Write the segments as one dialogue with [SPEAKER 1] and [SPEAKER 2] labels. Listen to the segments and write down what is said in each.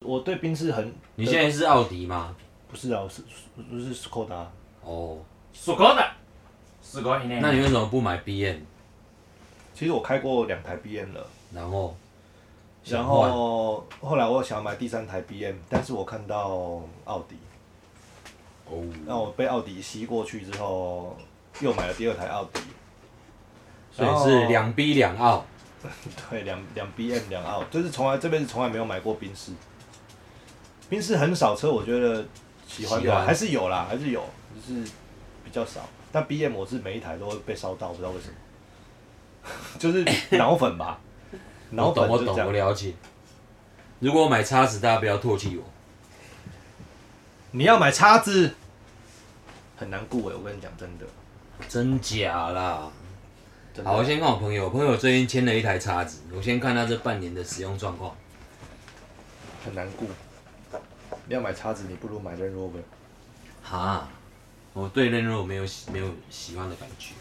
[SPEAKER 1] 我对宾士很
[SPEAKER 2] 你现在是奥迪吗？
[SPEAKER 1] 不是啊，我是不是斯柯达，
[SPEAKER 2] 哦，
[SPEAKER 3] すごいな。すごいね。
[SPEAKER 2] 那你为什么不买 B M？
[SPEAKER 1] 其实我开过两台 B M 了，
[SPEAKER 2] 然后，
[SPEAKER 1] 然后后来我想要买第三台 B M，但是我看到奥迪，那
[SPEAKER 2] 哦，
[SPEAKER 1] 我被奥迪吸过去之后，又买了第二台奥迪，
[SPEAKER 2] 所以是两 B 两奥。
[SPEAKER 1] 对，两两 B M 两奥，就是从来这边是从来没有买过宾士，宾士很少车，我觉得喜欢
[SPEAKER 2] 喜
[SPEAKER 1] 的
[SPEAKER 2] 欢
[SPEAKER 1] 还是有啦，还是有，就是比较少。但 B M 我是每一台都会被烧到，不知道为什么， 就是脑粉吧，
[SPEAKER 2] 我
[SPEAKER 1] 脑粉
[SPEAKER 2] 懂，我
[SPEAKER 1] 就
[SPEAKER 2] 懂
[SPEAKER 1] 这，样
[SPEAKER 2] 我。了解。如果我买叉子，大家不要唾弃我。
[SPEAKER 1] 你要买叉子，很难顾哎、我跟你讲真的，
[SPEAKER 2] 真假啦？
[SPEAKER 1] 真的
[SPEAKER 2] 好，我先看我朋友，我朋友最近签了一台叉子，我先看他这半年的使用状况。
[SPEAKER 1] 很难顾。你要买叉子，你不如买 Range Rover，
[SPEAKER 2] 哈，我对任若没有喜没有喜欢的感觉。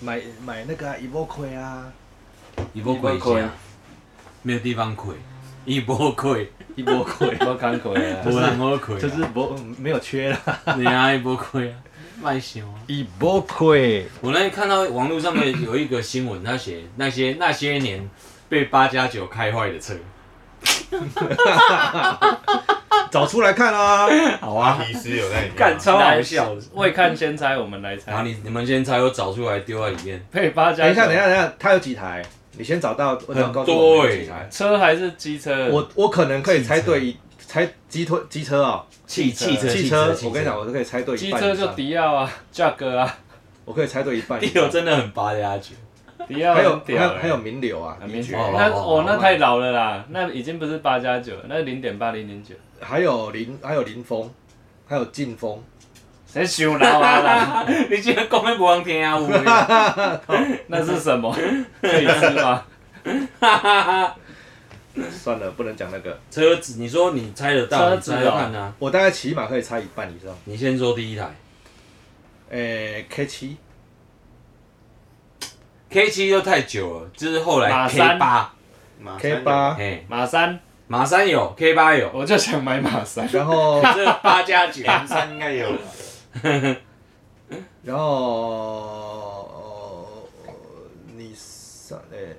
[SPEAKER 1] 买买那个、啊、Evoque 啊，
[SPEAKER 2] 一波鬼家，没有地方跪，一波跪，
[SPEAKER 1] 一波亏，
[SPEAKER 3] 我看过
[SPEAKER 2] 无
[SPEAKER 3] 啊。
[SPEAKER 2] 人好跪啊，
[SPEAKER 1] 就是不没有缺啦。
[SPEAKER 2] 你啊一波跪啊，卖想啊。
[SPEAKER 1] 一波亏，
[SPEAKER 2] 我那天看到网络上面有一个新闻，他写那些那些年被八加九开坏的车，
[SPEAKER 1] 找出来看 啊！
[SPEAKER 2] 好啊，
[SPEAKER 4] 题诗有在里面吗。
[SPEAKER 2] 干超好笑的。
[SPEAKER 3] 未看先猜，我们来
[SPEAKER 2] 然后
[SPEAKER 3] 猜。
[SPEAKER 2] 你你们先猜，我找出来丢在里面。
[SPEAKER 3] 配八加。
[SPEAKER 1] 等一下，等一下，等一下，它有几台？你先找到，我想告诉
[SPEAKER 2] 多
[SPEAKER 1] 我
[SPEAKER 2] 欸
[SPEAKER 1] 有几台。
[SPEAKER 3] 车还是机车？
[SPEAKER 1] 我我可能可以猜对一，猜机推机车哦，
[SPEAKER 2] 汽汽车
[SPEAKER 1] 汽
[SPEAKER 2] 车，
[SPEAKER 1] 我跟你讲，，我都可以猜对一
[SPEAKER 3] 机
[SPEAKER 1] 半
[SPEAKER 3] 车
[SPEAKER 1] 以
[SPEAKER 3] 就
[SPEAKER 1] 上，
[SPEAKER 3] 迪奥啊，Jag 啊，
[SPEAKER 1] 我可以猜对一半以
[SPEAKER 2] 地
[SPEAKER 1] 上。
[SPEAKER 2] 球哎真的很八加九，
[SPEAKER 3] 迪奥
[SPEAKER 1] 还有还有
[SPEAKER 3] 很屌欸
[SPEAKER 1] 还有名流啊，
[SPEAKER 3] 啊
[SPEAKER 1] 名
[SPEAKER 3] 名
[SPEAKER 1] 爵，
[SPEAKER 2] 哦
[SPEAKER 3] 那哦，那太老了啦，那已经不是八加九，那零点八零零九，
[SPEAKER 1] 还有林还有林峰，还有劲风，
[SPEAKER 3] 谁想老啊 啦？
[SPEAKER 2] 你竟然讲的不通听啊！有的
[SPEAKER 3] 那是什么？可以吃吗？
[SPEAKER 1] 算了，不能讲那个。
[SPEAKER 2] 车子，你说你猜得到，
[SPEAKER 3] 车
[SPEAKER 2] 你
[SPEAKER 3] 子
[SPEAKER 2] 猜得看啊。
[SPEAKER 1] 我大概起码可以猜一半以上。
[SPEAKER 2] 你先说第一台
[SPEAKER 1] 诶，K 七
[SPEAKER 2] K 七都太久了，就是后来
[SPEAKER 3] 马
[SPEAKER 2] K
[SPEAKER 3] 三
[SPEAKER 2] 八，
[SPEAKER 1] K 八，
[SPEAKER 2] 哎，
[SPEAKER 3] 马三，
[SPEAKER 2] 马三有 K 八 有，
[SPEAKER 3] 我就想买马三。
[SPEAKER 1] 然 后
[SPEAKER 2] 这八加九，
[SPEAKER 4] 南山应该也有吧。
[SPEAKER 1] 然后呃你上诶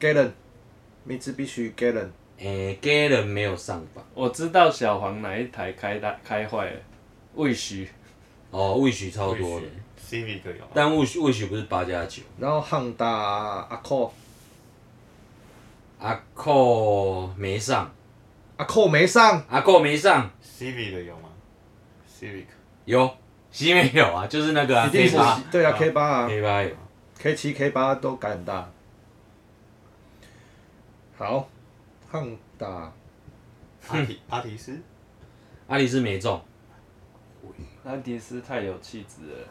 [SPEAKER 1] ，Galen，米兹必须 Galen，
[SPEAKER 2] 哎，G 人没有上榜
[SPEAKER 3] 我知道小黄哪一台开大开坏了，魏徐
[SPEAKER 2] 哦，魏许超多的，
[SPEAKER 1] 哦
[SPEAKER 4] Civic 有吗，
[SPEAKER 2] 但魏许魏许不是八加九，
[SPEAKER 1] 然后汉达阿扣
[SPEAKER 2] 阿扣没上，
[SPEAKER 1] 阿扣没上，
[SPEAKER 2] 阿扣没上，
[SPEAKER 4] Civic 有吗？Civic
[SPEAKER 2] 有西没有啊，就是那个啊
[SPEAKER 1] 一定
[SPEAKER 2] K
[SPEAKER 1] 是
[SPEAKER 2] 八
[SPEAKER 1] 对啊
[SPEAKER 4] 啊
[SPEAKER 1] K 八啊
[SPEAKER 2] K 八有，
[SPEAKER 1] K 七 K 八都改很大。好，汉达
[SPEAKER 4] 阿提阿提斯，
[SPEAKER 2] 阿里斯没中，
[SPEAKER 3] 安迪斯太有气质了。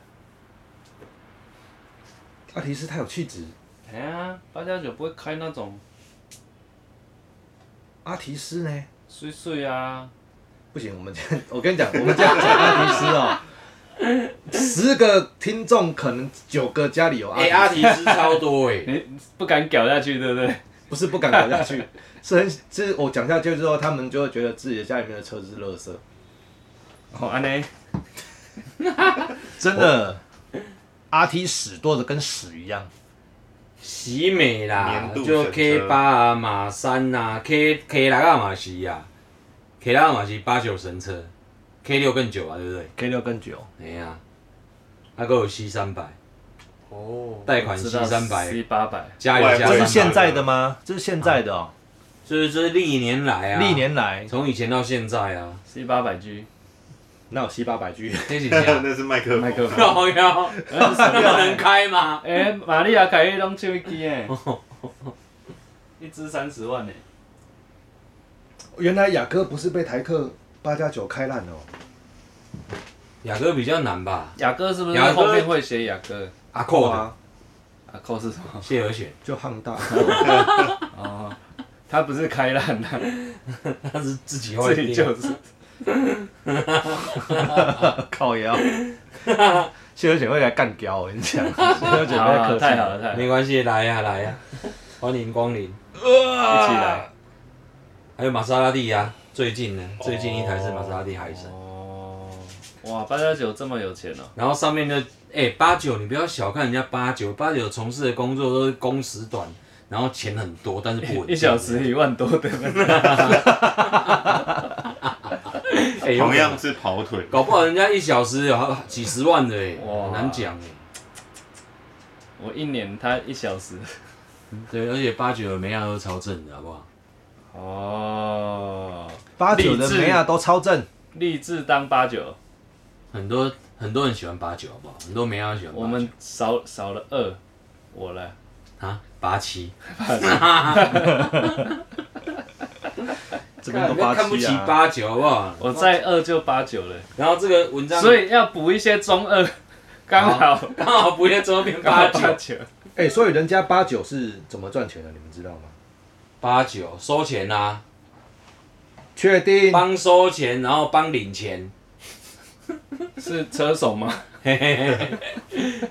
[SPEAKER 1] 阿提斯太有气质，
[SPEAKER 3] 哎呀，八加九不会开那种
[SPEAKER 1] 阿提斯呢？
[SPEAKER 3] 碎碎啊，
[SPEAKER 1] 不行，我们这样， 我跟你讲，我们这样讲阿提斯哦，十个听众可能九个家里有哦阿
[SPEAKER 2] 哎，
[SPEAKER 1] 提斯，
[SPEAKER 2] 阿提斯超 多哎，
[SPEAKER 3] 你不敢屌下去，对不对？
[SPEAKER 1] 不是不敢搞下 去，是很，是我讲下去之后，他们就会觉得自己的家里面的车是垃圾，
[SPEAKER 3] 哦，安内，
[SPEAKER 1] 真的，阿提屎多的跟屎一样，
[SPEAKER 2] 喜美啦
[SPEAKER 4] 年，度
[SPEAKER 2] 就
[SPEAKER 4] 神车
[SPEAKER 2] K 八啊、马三啊、K K 六啊嘛是啊，K 六嘛是八九神车，K 六更久啊，对不对？
[SPEAKER 1] K 六跟九，
[SPEAKER 2] 哎呀、啊，还有 C 三百
[SPEAKER 4] 哦，
[SPEAKER 2] 贷款 C 三百，
[SPEAKER 3] C 八百，
[SPEAKER 2] 加油加
[SPEAKER 4] 这
[SPEAKER 1] 这
[SPEAKER 2] 油
[SPEAKER 1] 是
[SPEAKER 4] 是！
[SPEAKER 1] 现
[SPEAKER 4] 现
[SPEAKER 1] 在
[SPEAKER 4] 在
[SPEAKER 1] 的
[SPEAKER 4] 的
[SPEAKER 1] 吗？这是现在的哦，
[SPEAKER 2] 就是这是历年来啊，
[SPEAKER 1] 历年来，
[SPEAKER 2] 从以前到现在啊，
[SPEAKER 3] C 八百 G，
[SPEAKER 1] 那有 C 八百 G，
[SPEAKER 2] 这几啊年
[SPEAKER 4] 那是麦克
[SPEAKER 3] 麦克
[SPEAKER 4] 风。
[SPEAKER 3] 风
[SPEAKER 2] 高腰那能开吗？
[SPEAKER 3] 哎，玛丽亚凯莉拢唱一支哎，一支三十万呢。
[SPEAKER 1] 原来雅哥不是被台客八加九开烂哦，
[SPEAKER 2] 雅哥比较难吧？
[SPEAKER 3] 雅哥是不是
[SPEAKER 2] 雅哥
[SPEAKER 3] 后面会写雅哥？
[SPEAKER 2] 阿扣的
[SPEAKER 1] 啊，
[SPEAKER 3] 啊，扣是什么？
[SPEAKER 2] 谢和弦，
[SPEAKER 1] 就汉大，
[SPEAKER 3] 哦，他不是开烂的，
[SPEAKER 2] 他是自己会
[SPEAKER 3] 这
[SPEAKER 2] 定
[SPEAKER 3] 里就是。
[SPEAKER 1] 靠腰，谢和弦会来干掉，我跟你 讲，谢和弦
[SPEAKER 3] 好
[SPEAKER 1] 会来
[SPEAKER 3] 了，
[SPEAKER 1] 客气，
[SPEAKER 3] 太好了，太好了，啊
[SPEAKER 2] 没关系，来呀、来呀、欢迎光临。
[SPEAKER 3] 一起来。
[SPEAKER 2] 还有玛莎拉蒂啊，最近呢，最近一台是玛莎拉蒂海神，
[SPEAKER 3] 哦，哇，八加九这么有钱哦、
[SPEAKER 2] 然后上面的哎八九，你不要小看人家八九，八九从事的工作都是工时短，然后钱很多，但是不稳定。
[SPEAKER 3] 一小时一万多的，
[SPEAKER 2] 哎，有可
[SPEAKER 4] 同
[SPEAKER 2] 能
[SPEAKER 4] 样是跑腿，
[SPEAKER 2] 搞不好人家一小时有好几十万的哎，
[SPEAKER 3] 哇
[SPEAKER 2] 很难讲哎。
[SPEAKER 3] 我一年他一小时。
[SPEAKER 2] 对，而且八九的梅亚都是超正的，好不好？
[SPEAKER 3] 哦，
[SPEAKER 1] 八九
[SPEAKER 3] 励
[SPEAKER 1] 的
[SPEAKER 3] 志
[SPEAKER 1] 梅啊亚都超正，
[SPEAKER 3] 立志当八九，
[SPEAKER 2] 很多很多人喜欢八九，好不好？很多梅亚都喜欢八九。
[SPEAKER 3] 我们少少了二，我了。
[SPEAKER 2] 啊，八七，
[SPEAKER 1] 这边都八
[SPEAKER 2] 看不
[SPEAKER 1] 七
[SPEAKER 2] 起
[SPEAKER 1] 啊。
[SPEAKER 2] 八九好不好？
[SPEAKER 3] 我再二就八九了，
[SPEAKER 2] 然后这个文章，
[SPEAKER 3] 所以要补一些中二，刚好
[SPEAKER 2] 刚好不要周 边八
[SPEAKER 3] 八
[SPEAKER 2] 九
[SPEAKER 3] 九。
[SPEAKER 1] 哎、所以人家八九是怎么赚钱的，你们知道吗？
[SPEAKER 2] 八九收钱啊，
[SPEAKER 1] 确定？
[SPEAKER 2] 帮收钱，然后帮领钱，
[SPEAKER 3] 是车手吗？
[SPEAKER 2] 嘿嘿嘿，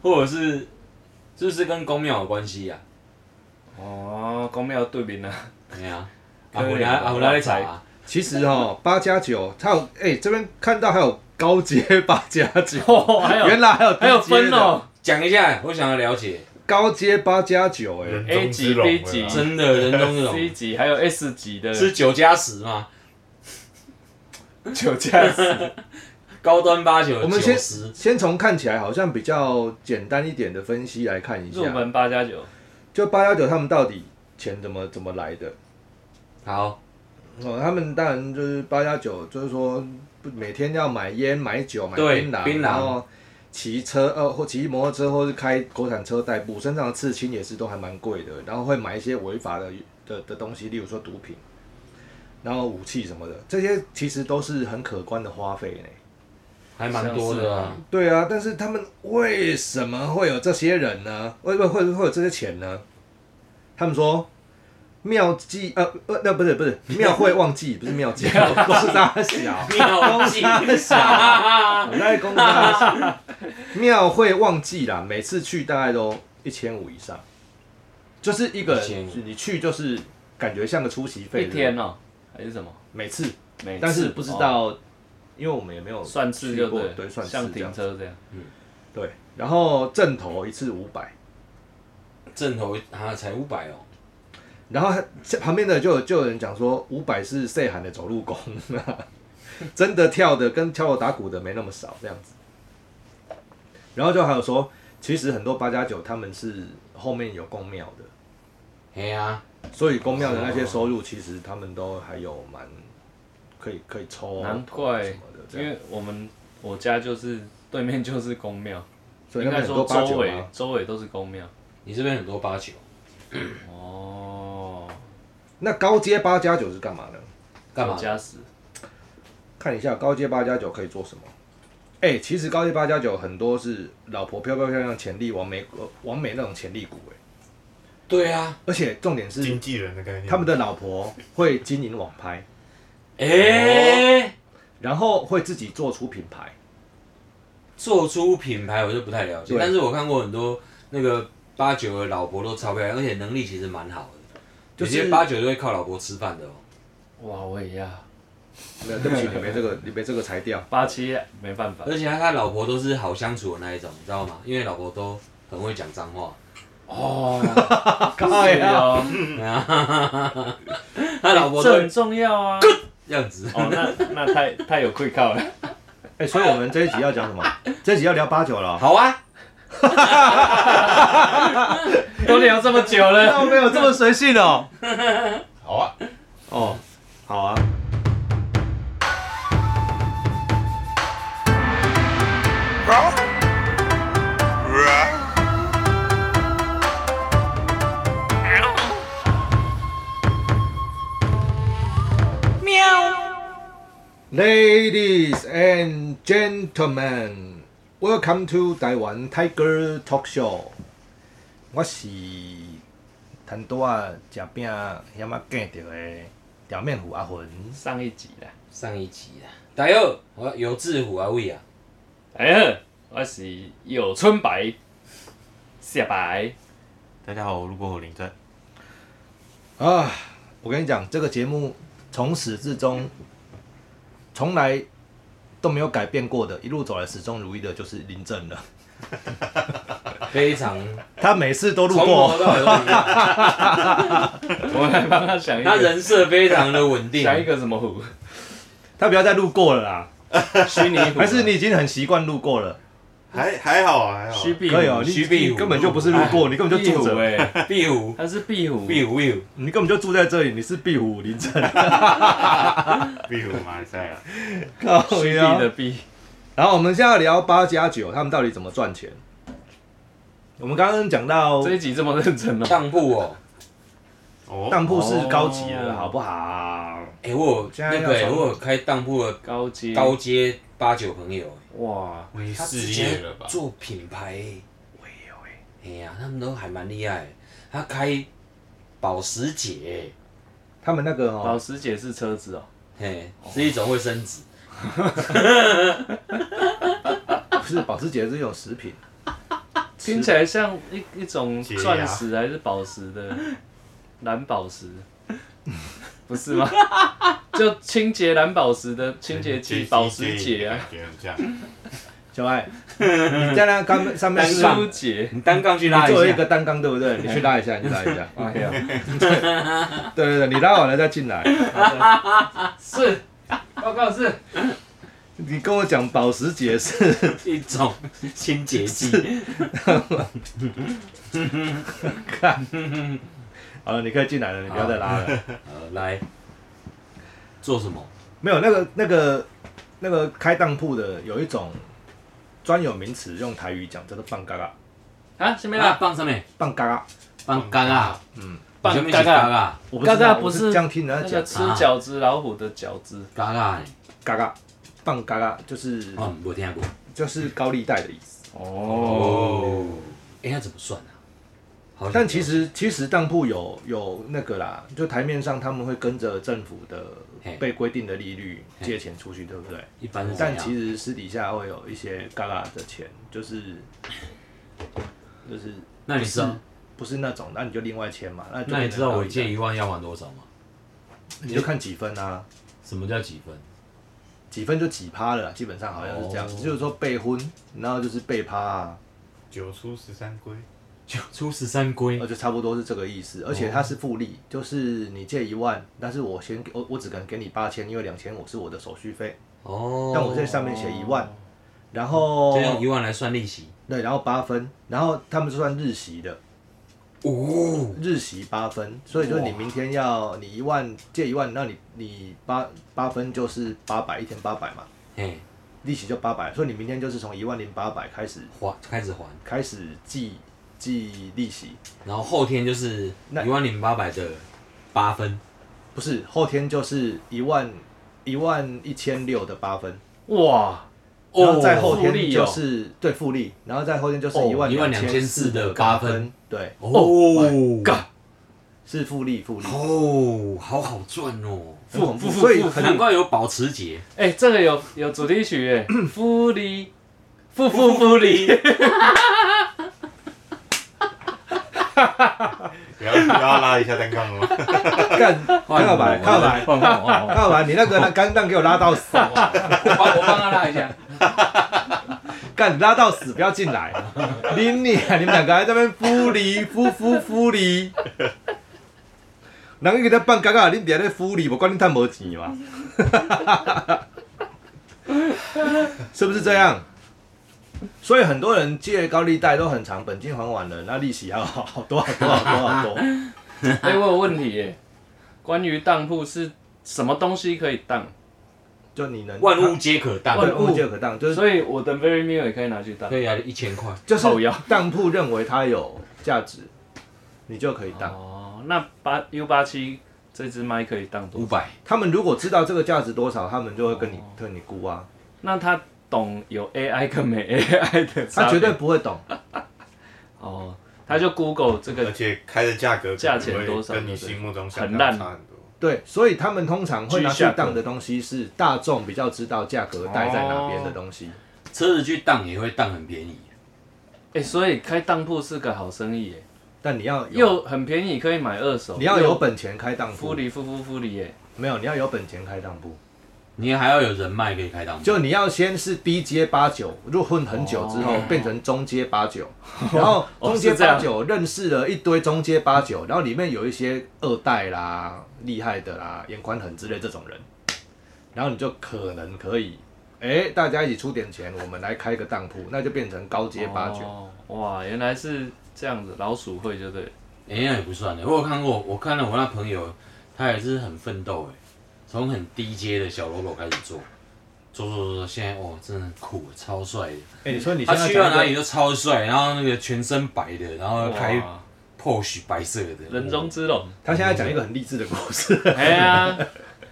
[SPEAKER 2] 或者是是不是跟公庙有关系啊呀、
[SPEAKER 3] 哦，公庙对面啊，
[SPEAKER 2] 啊？对啊，阿
[SPEAKER 3] 可以
[SPEAKER 2] 虎来阿虎来查、啊，
[SPEAKER 1] 其实哦，八加九，它有哎、这边看到还有高阶八加九，
[SPEAKER 3] 哦，还有
[SPEAKER 1] 原来还有低阶
[SPEAKER 3] 还
[SPEAKER 1] 的
[SPEAKER 3] 有分哦
[SPEAKER 2] 讲一下，我想要了解，
[SPEAKER 1] 高阶八加九哎，
[SPEAKER 4] 人
[SPEAKER 3] ，A
[SPEAKER 4] 中
[SPEAKER 3] 级、
[SPEAKER 4] 之龙啊
[SPEAKER 3] B
[SPEAKER 4] 了
[SPEAKER 3] 级
[SPEAKER 4] 啦、
[SPEAKER 2] 真的人中这
[SPEAKER 3] C
[SPEAKER 2] 种
[SPEAKER 3] 级，还有 S 级的
[SPEAKER 2] 是九加十嘛？
[SPEAKER 3] 酒驾死。
[SPEAKER 2] 高端八九
[SPEAKER 1] 我们
[SPEAKER 2] 九
[SPEAKER 1] 先
[SPEAKER 3] 嗯
[SPEAKER 2] 十，
[SPEAKER 1] 先从看起来好像比较简单一点的分析来看一
[SPEAKER 3] 入
[SPEAKER 1] 下，
[SPEAKER 3] 门八加九，
[SPEAKER 1] 就八幺九他们到底钱怎么怎么来的？
[SPEAKER 2] 好，
[SPEAKER 1] 哦，他们当然就是八加九，就是说不每天要买烟、买酒、买
[SPEAKER 2] 对
[SPEAKER 1] 槟榔，
[SPEAKER 2] 槟榔
[SPEAKER 1] 然后骑车呃或骑摩托车或是开国产车代步，身上的刺青也是都还蛮贵的，然后会买一些违法的的的东西，例如说毒品，然后武器什么的，这些其实都是很可观的花费呢。
[SPEAKER 2] 还蛮多的、啊
[SPEAKER 3] 像是，
[SPEAKER 1] 对啊，但是他们为什么会有这些人呢？为为会会有这些钱呢？他们说妙计呃呃，那不是 不是庙会忘记，不是妙计，公司大小，
[SPEAKER 2] 妙计，
[SPEAKER 1] 我在公司大小，庙会忘记啦，每次去大概都一千五以上，就是一个人
[SPEAKER 2] 1500
[SPEAKER 1] 你去就是感觉像个出席费
[SPEAKER 3] 一，天哦，还是什么？
[SPEAKER 1] 每次，
[SPEAKER 3] 每次
[SPEAKER 1] 但是不知道，因为我们也没有
[SPEAKER 3] 哦算次
[SPEAKER 1] 去
[SPEAKER 3] 就
[SPEAKER 1] 过
[SPEAKER 3] 对，
[SPEAKER 1] 对算次
[SPEAKER 3] 像
[SPEAKER 1] 这样
[SPEAKER 3] 停车这样。
[SPEAKER 1] 对，然后正头一次五百。
[SPEAKER 2] 正头啊才五百哦，
[SPEAKER 1] 然后他这旁边的就有就有人讲说，五百是岁寒的走路工、 啊，真的跳的跟敲锣打鼓的没那么少这样子。然后就还有说，其实很多八加九他们是后面有公庙的，
[SPEAKER 2] 嘿啊，
[SPEAKER 1] 所以公庙的那些收入其实他们都还有蛮可以可以抽啊
[SPEAKER 3] 难怪
[SPEAKER 1] 什么的这
[SPEAKER 3] 因
[SPEAKER 1] 样，
[SPEAKER 3] 为我们我家就是对面就是公庙，
[SPEAKER 1] 所以
[SPEAKER 3] 应
[SPEAKER 1] 那边
[SPEAKER 3] 该
[SPEAKER 1] 很多
[SPEAKER 3] 说
[SPEAKER 1] 八
[SPEAKER 3] 周
[SPEAKER 1] 九
[SPEAKER 3] 围
[SPEAKER 1] 啊，
[SPEAKER 3] 周围都是公庙。
[SPEAKER 2] 你这边很多八九，
[SPEAKER 3] 哦，
[SPEAKER 1] 那高阶八加九是干嘛呢？
[SPEAKER 2] 干嘛
[SPEAKER 3] 酒？驾死，
[SPEAKER 1] 看一下高阶八加九可以做什么？哎、其实高阶八加九很多是老婆漂漂亮亮、潜力完美、呃完美那种潜力股哎、
[SPEAKER 2] 对啊，
[SPEAKER 1] 而且重点是
[SPEAKER 4] 经纪人的概念，
[SPEAKER 1] 他们的老婆会经营网拍，
[SPEAKER 2] 哎、
[SPEAKER 1] 然后会自己做出品牌。
[SPEAKER 2] 做出品牌我就不太了解，
[SPEAKER 1] 对
[SPEAKER 2] 但是我看过很多那个八九的老婆都超漂亮，而且能力其实蛮好的，
[SPEAKER 1] 就是
[SPEAKER 2] 有些八九都会靠老婆吃饭的哦。
[SPEAKER 3] 哇，我也要
[SPEAKER 1] 没有，对不起，你没这个，你没这个裁 掉。
[SPEAKER 3] 八七没办法。
[SPEAKER 2] 而且他他老婆都是好相处的那一种，你知道吗？因为老婆都很会讲脏话，
[SPEAKER 3] 哦，对
[SPEAKER 1] 呀，
[SPEAKER 3] 哦，
[SPEAKER 2] 他老婆都
[SPEAKER 3] 这
[SPEAKER 2] 会
[SPEAKER 3] 很重要啊。
[SPEAKER 2] 这样子。
[SPEAKER 3] 哦，那那太太有愧靠了。
[SPEAKER 1] 哎，所以我们这一集要讲什么？这一集要聊八九了哦。
[SPEAKER 2] 好啊，
[SPEAKER 3] 都聊这么久了，
[SPEAKER 1] 那我没有这么随性哦。
[SPEAKER 4] 好啊，
[SPEAKER 1] 哦，好啊。Ladies and gentlemen, welcome to Taiwan Tiger Talk Show。我是摊桌啊，食饼嫌啊见着的表面虎阿魂。
[SPEAKER 3] 上一集了。
[SPEAKER 2] 上一集啊，大佑，我有志虎啊喂啊，
[SPEAKER 3] 哎呀，我是有春白，下白，
[SPEAKER 4] 大家好，我路过火林站，
[SPEAKER 1] 啊，我跟你讲，这个节目从始至终，从来都没有改变过的，一路走来始终如一的，就是林正了。
[SPEAKER 2] 非常
[SPEAKER 1] 他每次都路
[SPEAKER 2] 从头
[SPEAKER 1] 过，
[SPEAKER 2] 到尾都一样，
[SPEAKER 3] 我们来帮他想一
[SPEAKER 2] 他
[SPEAKER 3] 个，
[SPEAKER 2] 人设非常的稳定。
[SPEAKER 3] 想一个什么虎？
[SPEAKER 1] 他不要再路过了啦，
[SPEAKER 3] 虚拟虎？
[SPEAKER 1] 还是你已经很习惯路过了？
[SPEAKER 4] 还还好啊，还好。
[SPEAKER 3] 虚壁虎？
[SPEAKER 1] 可以哦，你
[SPEAKER 2] 徐碧
[SPEAKER 1] 你
[SPEAKER 2] 武
[SPEAKER 1] 根本就不是路过，你根本就
[SPEAKER 3] 壁
[SPEAKER 1] 住
[SPEAKER 3] 虎
[SPEAKER 1] 着，
[SPEAKER 3] 哎，
[SPEAKER 2] 壁虎，
[SPEAKER 3] 他是壁虎。
[SPEAKER 2] 壁虎，Will，
[SPEAKER 1] 你根本就住在这里，你是壁虎林正，
[SPEAKER 4] 壁虎马赛啊，
[SPEAKER 1] 靠
[SPEAKER 3] 虚
[SPEAKER 1] 呀
[SPEAKER 3] 壁的壁，
[SPEAKER 1] 然后我们现在聊八加九，他们到底怎么赚钱？我们刚刚讲到
[SPEAKER 3] 这一集这么认真哦。
[SPEAKER 2] 当铺哦。
[SPEAKER 4] 哦，
[SPEAKER 1] 当铺是高级的，
[SPEAKER 3] 哦
[SPEAKER 1] 好不好？
[SPEAKER 2] 哎，我有
[SPEAKER 1] 现在
[SPEAKER 2] 那
[SPEAKER 1] 要
[SPEAKER 2] 个欸，
[SPEAKER 1] 从
[SPEAKER 2] 我有开当铺的
[SPEAKER 3] 高阶
[SPEAKER 2] 高阶八九朋友欸，
[SPEAKER 3] 哇，
[SPEAKER 4] 你
[SPEAKER 2] 他
[SPEAKER 4] 事业了吧？
[SPEAKER 2] 做品牌欸，我也有哎。哎呀，他们都还蛮厉害的，他开保时捷
[SPEAKER 1] 他们那个
[SPEAKER 3] 老
[SPEAKER 1] 哦，
[SPEAKER 3] 师姐是车子哦，
[SPEAKER 2] 欸，嘿，是一种会升值。
[SPEAKER 1] 不是保时捷是一种食品，
[SPEAKER 3] 听起来像一一种
[SPEAKER 4] 解压
[SPEAKER 3] 钻石还是宝石的蓝宝石，不是吗？ 就清洁蓝宝石的清洁剂保时捷啊，
[SPEAKER 4] 感觉很像。
[SPEAKER 1] 小 爱，你在那刚上面是
[SPEAKER 2] 单杠
[SPEAKER 3] 舒洁。
[SPEAKER 2] 你单杠去
[SPEAKER 1] 你
[SPEAKER 2] 拉
[SPEAKER 1] 作为
[SPEAKER 2] 一
[SPEAKER 1] 一
[SPEAKER 2] 下，
[SPEAKER 1] 个单杠，对不 对？你去拉一下，你去拉一下。
[SPEAKER 3] 哎呀，
[SPEAKER 1] 对对对，你拉完了再进来。
[SPEAKER 3] 是，报告是，
[SPEAKER 1] 你跟我讲保时捷是
[SPEAKER 2] 一种清洁剂。
[SPEAKER 1] 看，好了，你可以进来了，你不要再拉了。
[SPEAKER 3] 啊
[SPEAKER 2] 呃，来做什么？
[SPEAKER 1] 没有那个那个那个开当铺的有一种专有名词，用台语讲叫做棒嘎嘎，
[SPEAKER 3] 啊，下面
[SPEAKER 2] 啊
[SPEAKER 3] 啦，
[SPEAKER 2] 放上面，
[SPEAKER 1] 棒嘎嘎。
[SPEAKER 2] 放干啊，
[SPEAKER 1] 嗯，
[SPEAKER 2] 放
[SPEAKER 3] 放
[SPEAKER 2] 上面
[SPEAKER 3] 嘎
[SPEAKER 2] 是
[SPEAKER 3] 嘎
[SPEAKER 2] 干啊，
[SPEAKER 1] 我不知道
[SPEAKER 3] 嘎嘎不
[SPEAKER 1] 我是
[SPEAKER 3] 是
[SPEAKER 1] 这样听人
[SPEAKER 3] 那
[SPEAKER 1] 家
[SPEAKER 3] 个
[SPEAKER 1] 讲
[SPEAKER 3] 吃饺子老虎的饺子，
[SPEAKER 2] 干啊，
[SPEAKER 1] 嘎嘎，棒嘎嘎就是
[SPEAKER 2] 哦，我听过。
[SPEAKER 1] 就是高利贷的意思。
[SPEAKER 2] 哦，哎，那怎么算啊？好像
[SPEAKER 1] 但其实其实当铺有有那个啦，就台面上他们会跟着政府的
[SPEAKER 2] 嘿
[SPEAKER 1] 被规定的利率
[SPEAKER 2] 嘿
[SPEAKER 1] 借钱出去，对不对？
[SPEAKER 2] 一般是这
[SPEAKER 1] 但其
[SPEAKER 2] 样。
[SPEAKER 1] 实私底下会有一些嘎嘎的钱，就是就是
[SPEAKER 2] 那你知道？
[SPEAKER 1] 不是那种，那你就另外签嘛。那就
[SPEAKER 2] 那你知道我借
[SPEAKER 1] 议
[SPEAKER 2] 一万要还多少吗？
[SPEAKER 1] 你就看几分啊，
[SPEAKER 2] 什么叫几分？
[SPEAKER 1] 几分就几趴了啦，基本上好像是这样。
[SPEAKER 2] 哦
[SPEAKER 1] 就是说被婚，然后就是被趴啊，
[SPEAKER 4] 九出十三归，
[SPEAKER 2] 九出十三
[SPEAKER 1] 那
[SPEAKER 2] 归，
[SPEAKER 1] 呃就差不多是这个意思。而且
[SPEAKER 2] 哦
[SPEAKER 1] 它是复利，就是你借一万，但是我先我我只能给你八千，因为两千五是我的手续费，
[SPEAKER 2] 哦，嗯
[SPEAKER 1] 但我在上面写一万，然后
[SPEAKER 2] 就用一万来算利息。
[SPEAKER 1] 对，然后八分，然后他们是算日息的。
[SPEAKER 2] 哦，
[SPEAKER 1] 日息八分，所以就是你明天要你一万借一万，那你你八八分就是八百，一天八百嘛，
[SPEAKER 2] 嘿，
[SPEAKER 1] 利息就八百，所以你明天就是从一万零八百开始
[SPEAKER 2] 还开始还，
[SPEAKER 1] 开始计计利息，
[SPEAKER 2] 然后后天就是
[SPEAKER 1] 那
[SPEAKER 2] 一万零八百的八分。
[SPEAKER 1] 不是后天就是一万一万一千六的八分，
[SPEAKER 3] 哇，
[SPEAKER 1] 然后在后
[SPEAKER 3] 复
[SPEAKER 1] 天
[SPEAKER 3] 利哦
[SPEAKER 1] 就是、对复利，然后在后天就是
[SPEAKER 3] 哦
[SPEAKER 1] 一万
[SPEAKER 2] 12,400
[SPEAKER 1] 的
[SPEAKER 2] 的
[SPEAKER 1] 八
[SPEAKER 2] 八
[SPEAKER 1] 分
[SPEAKER 2] 分，
[SPEAKER 1] 对，，Oh
[SPEAKER 2] 哦，
[SPEAKER 3] 嘎，
[SPEAKER 1] 是复利复利，
[SPEAKER 2] 哦，好好赚哦，
[SPEAKER 1] 很恐怖
[SPEAKER 3] 复复
[SPEAKER 1] 所以
[SPEAKER 3] 复
[SPEAKER 1] 很
[SPEAKER 2] 难怪有保时捷。
[SPEAKER 3] 哎，这个有有主题曲哎，福利，富富福利，
[SPEAKER 4] 不要不要拉一下单杠哦。
[SPEAKER 1] 干， 看到白，看到白，
[SPEAKER 3] 哦哦
[SPEAKER 1] 看到白，你那个那钢弹给我拉到死。
[SPEAKER 2] 我帮我帮他拉一下。
[SPEAKER 1] 干拉到死，不要进来！拎你啊！你们两个还在那边敷离敷敷敷离，人家在放尴尬，你伫咧敷离，无管你赚无钱嘛， 是不是这样？所以很多人借高利贷都很长，本金还完了，那利息还有好好多好多好多好多。
[SPEAKER 3] 哦， 哎，我有问题哎，关于当铺是什么东西可以当？
[SPEAKER 1] 就你能
[SPEAKER 2] 万物皆可当，
[SPEAKER 1] 万物皆可当，就是
[SPEAKER 3] 所以我的 Very Meal 也可以拿去当
[SPEAKER 2] 可。以啊，一千块。
[SPEAKER 1] 就是
[SPEAKER 3] 靠腰
[SPEAKER 1] 当铺认为它有价值，你就可以当。
[SPEAKER 3] 哦，那八 U 八七这支麦可以当多
[SPEAKER 2] 五
[SPEAKER 3] 少？
[SPEAKER 2] 百，
[SPEAKER 1] 他们如果知道这个价值多少，他们就会跟你跟你估啊，
[SPEAKER 3] 那他懂有 AI 跟没 AI 的差别
[SPEAKER 1] 他绝对不会懂。
[SPEAKER 3] 哦，他就 Google 这
[SPEAKER 4] 而
[SPEAKER 3] 个
[SPEAKER 4] 且开的价格
[SPEAKER 3] 价钱多少
[SPEAKER 4] 可能会跟你心目中想
[SPEAKER 3] 很
[SPEAKER 4] 象
[SPEAKER 3] 烂
[SPEAKER 4] 差很多。
[SPEAKER 1] 对，所以他们通常会拿去
[SPEAKER 3] 居下格
[SPEAKER 1] 当的东西是大众比较知道价格带在哪边的东西。
[SPEAKER 2] 车子去当也会当很便宜。
[SPEAKER 3] 哎、所以开当铺是个好生意耶。
[SPEAKER 1] 但你要有
[SPEAKER 3] 又很便宜，可以买二手。
[SPEAKER 1] 你要
[SPEAKER 3] 又
[SPEAKER 1] 有本钱开当
[SPEAKER 3] 夫
[SPEAKER 1] 铺，
[SPEAKER 3] 里夫夫夫里耶，
[SPEAKER 1] 没有你要有本钱开当铺，
[SPEAKER 2] 你还要有人脉可以开当铺，哎
[SPEAKER 1] 就你要先是 B 阶八九，入混很久之后
[SPEAKER 2] 哦
[SPEAKER 1] 变成中阶八九，然后中阶
[SPEAKER 3] 是这样
[SPEAKER 1] 八九认识了一堆中阶八九，然后里面有一些二代啦、厉害的啦、严宽很之类这种人，然后你就可能可以。哎，大家一起出点钱，我们来开个当铺，那就变成高阶八九。
[SPEAKER 3] 哦哇，原来是这样子，老鼠会就对了。
[SPEAKER 2] 哎、那也不算的。我有看过，我看了我那朋友，他也是很奋斗哎，从很低阶的小喽啰开始做，做做做做，现在哦，真的很酷，超帅的。
[SPEAKER 1] 哎，你说你现
[SPEAKER 2] 他
[SPEAKER 1] 在
[SPEAKER 2] 去
[SPEAKER 1] 讲
[SPEAKER 2] 到
[SPEAKER 1] 一个
[SPEAKER 2] 哪里都超帅，然后那个全身白的，然后开
[SPEAKER 3] 哇
[SPEAKER 2] Porsche 白色的，
[SPEAKER 3] 人中
[SPEAKER 2] 哦
[SPEAKER 3] 之龙，
[SPEAKER 1] 他现在讲一个很励志的故事，
[SPEAKER 3] 哎呀，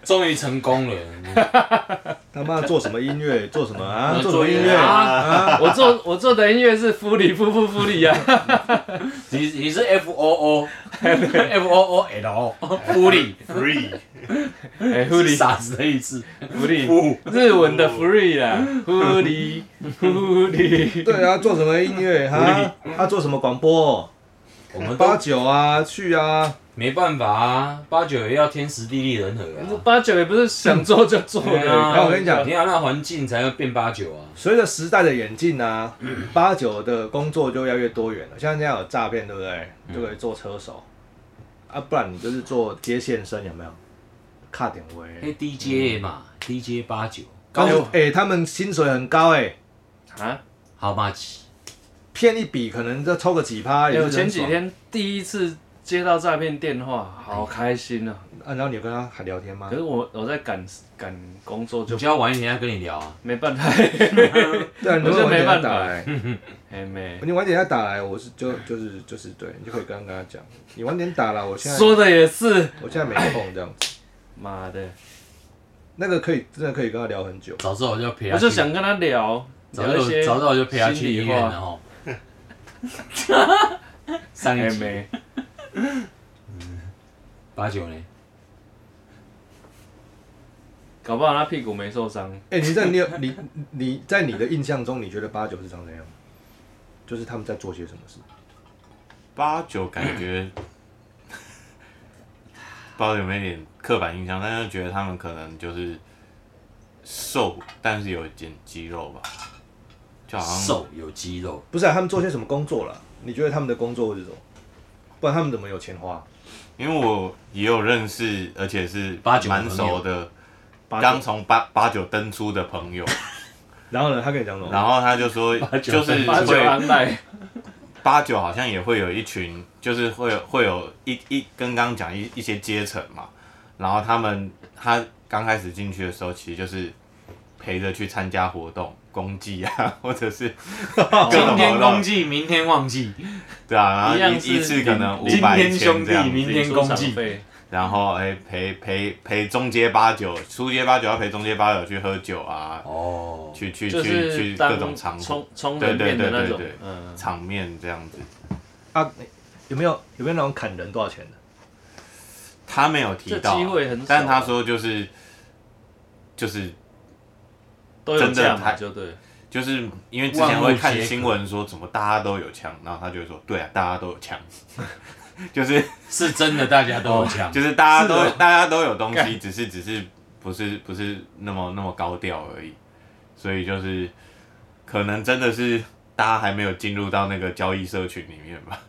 [SPEAKER 2] 终于成功了。
[SPEAKER 1] 他妈做什么音乐，做什么 啊，做什
[SPEAKER 2] 做
[SPEAKER 1] 么音
[SPEAKER 2] 音
[SPEAKER 1] 乐
[SPEAKER 2] 乐
[SPEAKER 1] 啊？
[SPEAKER 3] 哎啊！我做我做的音乐是夫里夫夫夫 里呀，
[SPEAKER 2] 你你是 F O O F O O L 狐狸，
[SPEAKER 4] free
[SPEAKER 3] 哎，夫
[SPEAKER 2] 是
[SPEAKER 3] 里
[SPEAKER 2] 傻子的意思。
[SPEAKER 3] 福利，
[SPEAKER 2] 夫
[SPEAKER 3] 日文的福利啊啦，福利福利，
[SPEAKER 1] 对啊，做什么音乐 哈？他做什么广播？
[SPEAKER 2] 我们
[SPEAKER 1] 八
[SPEAKER 2] 都
[SPEAKER 1] 九啊，去啊！
[SPEAKER 2] 没办法啊，八九也要天时地利人和啊。
[SPEAKER 3] 八九也不是想做就做
[SPEAKER 2] 对啊
[SPEAKER 3] 的，
[SPEAKER 1] 哎我跟你讲
[SPEAKER 2] 你要让环境才会变八九啊。
[SPEAKER 1] 随着时代的演进啊，八九的工作就越来越多元了。像现在有诈骗，对不对？
[SPEAKER 3] 嗯
[SPEAKER 1] 就可以做车手啊，不然你就是做接线生，有没有？卡点
[SPEAKER 2] 哎
[SPEAKER 1] 位，
[SPEAKER 2] ，DJ 嘛，DJ 八九
[SPEAKER 1] 高
[SPEAKER 3] 哎呦
[SPEAKER 1] 哎，他们薪水很高哎，
[SPEAKER 3] 啊！
[SPEAKER 2] ，How much？
[SPEAKER 1] 骗一笔可能就抽个几趴，
[SPEAKER 3] 哎，
[SPEAKER 1] 也
[SPEAKER 3] 我
[SPEAKER 1] 是
[SPEAKER 3] 前
[SPEAKER 1] 很
[SPEAKER 3] 几
[SPEAKER 1] 爽。
[SPEAKER 3] 天第一次接到诈骗电话，好开心啊！
[SPEAKER 1] 啊，然后你有跟他还聊天吗
[SPEAKER 3] 可？是我我在赶赶工作
[SPEAKER 2] 就
[SPEAKER 3] 就
[SPEAKER 2] 就要晚一点再跟你聊啊。
[SPEAKER 3] 没办法，
[SPEAKER 1] 对啊，你
[SPEAKER 3] 我
[SPEAKER 1] 就
[SPEAKER 3] 就没办法
[SPEAKER 1] 打来。
[SPEAKER 3] 哎没
[SPEAKER 1] 你晚点再打来，我是就就是就是对，你就可以刚刚跟他讲，你晚点打来，我现在
[SPEAKER 3] 说的也是，
[SPEAKER 1] 我现在没空这样子，
[SPEAKER 3] 妈的，
[SPEAKER 1] 那个可以真的可以跟他聊很久。
[SPEAKER 2] 早知道我就陪他
[SPEAKER 3] 我
[SPEAKER 2] 去，
[SPEAKER 3] 就想跟他聊
[SPEAKER 2] 早
[SPEAKER 3] 聊
[SPEAKER 2] 知道
[SPEAKER 3] 一
[SPEAKER 2] 我
[SPEAKER 3] 些
[SPEAKER 2] 早知道我就陪他
[SPEAKER 3] 心
[SPEAKER 2] 去
[SPEAKER 3] 里
[SPEAKER 2] 医院
[SPEAKER 3] 话
[SPEAKER 2] 了吼。上
[SPEAKER 3] 哎
[SPEAKER 2] 一集
[SPEAKER 3] 没，
[SPEAKER 2] 八九呢？
[SPEAKER 3] 搞不好他屁股没受伤，
[SPEAKER 1] 哎、你在你有你你在你的印象中，你觉得八九是长怎样？就是他们在做些什么事？
[SPEAKER 4] 八九感觉， 不知道有没有一点刻板印象，但是觉得他们可能就是瘦，但是有一点肌肉吧，就好像
[SPEAKER 2] 瘦有肌肉，
[SPEAKER 1] 不是、啊、他们做些什么工作了？你觉得他们的工作是什么？不然他们怎么有钱花？
[SPEAKER 4] 因为我也有认识，而且是
[SPEAKER 2] 八九的
[SPEAKER 4] 蛮熟的，
[SPEAKER 1] 八
[SPEAKER 4] 刚
[SPEAKER 1] 九，
[SPEAKER 4] 从八八九登出的朋友，
[SPEAKER 1] 然后呢？他跟你讲什么？
[SPEAKER 4] 然后他就说，
[SPEAKER 2] 哦九啊
[SPEAKER 4] 就是
[SPEAKER 3] 八九
[SPEAKER 4] 会
[SPEAKER 3] 安奈，
[SPEAKER 4] 八九好像也会有一群，就是会有会有一一跟刚刚讲一一些阶层嘛，然后他们他刚开始进去的时候，其实就是陪着去参加活动。公祭啊， 或者是
[SPEAKER 2] 今
[SPEAKER 4] 种
[SPEAKER 2] 天
[SPEAKER 4] 活动
[SPEAKER 2] 公祭，明天忘记，
[SPEAKER 4] 对啊，然后
[SPEAKER 3] 一样
[SPEAKER 4] 一
[SPEAKER 3] 是
[SPEAKER 4] 一次可能五
[SPEAKER 2] 今
[SPEAKER 4] 百
[SPEAKER 2] 天兄弟
[SPEAKER 4] 千这样子
[SPEAKER 2] 明天
[SPEAKER 3] 出
[SPEAKER 2] 攻
[SPEAKER 3] 场
[SPEAKER 2] 击
[SPEAKER 3] 费
[SPEAKER 4] 然后哎、陪陪陪中街八九，初街八九要陪中街八九去喝酒啊，
[SPEAKER 2] 哦，
[SPEAKER 4] 去去
[SPEAKER 3] 就
[SPEAKER 4] 去
[SPEAKER 3] 是
[SPEAKER 4] 去
[SPEAKER 3] 当
[SPEAKER 4] 各种场
[SPEAKER 3] 充充人面的那
[SPEAKER 4] 对对对
[SPEAKER 3] 种
[SPEAKER 4] 对对，
[SPEAKER 3] 嗯，
[SPEAKER 4] 场面这样子。
[SPEAKER 1] 啊，有没有有没有那种砍人多少钱的？
[SPEAKER 4] 他没有提到
[SPEAKER 3] 这机会很少啊，
[SPEAKER 4] 但他说就是就是
[SPEAKER 3] 都有
[SPEAKER 4] 真的
[SPEAKER 3] 价嘛，
[SPEAKER 4] 太
[SPEAKER 3] 就对了，
[SPEAKER 4] 就是因为之前会
[SPEAKER 2] 万物
[SPEAKER 4] 看
[SPEAKER 2] 皆可
[SPEAKER 4] 新闻说怎么大家都有枪，然后他就会说对啊，大家都有枪， 就是
[SPEAKER 2] 是真的，大家都有枪。
[SPEAKER 4] 就是大家都
[SPEAKER 1] 是
[SPEAKER 4] 大家都有东西，只是只是不是不是那么那么高调而已，所以就是可能真的是大家还没有进入到那个交易社群里面吧。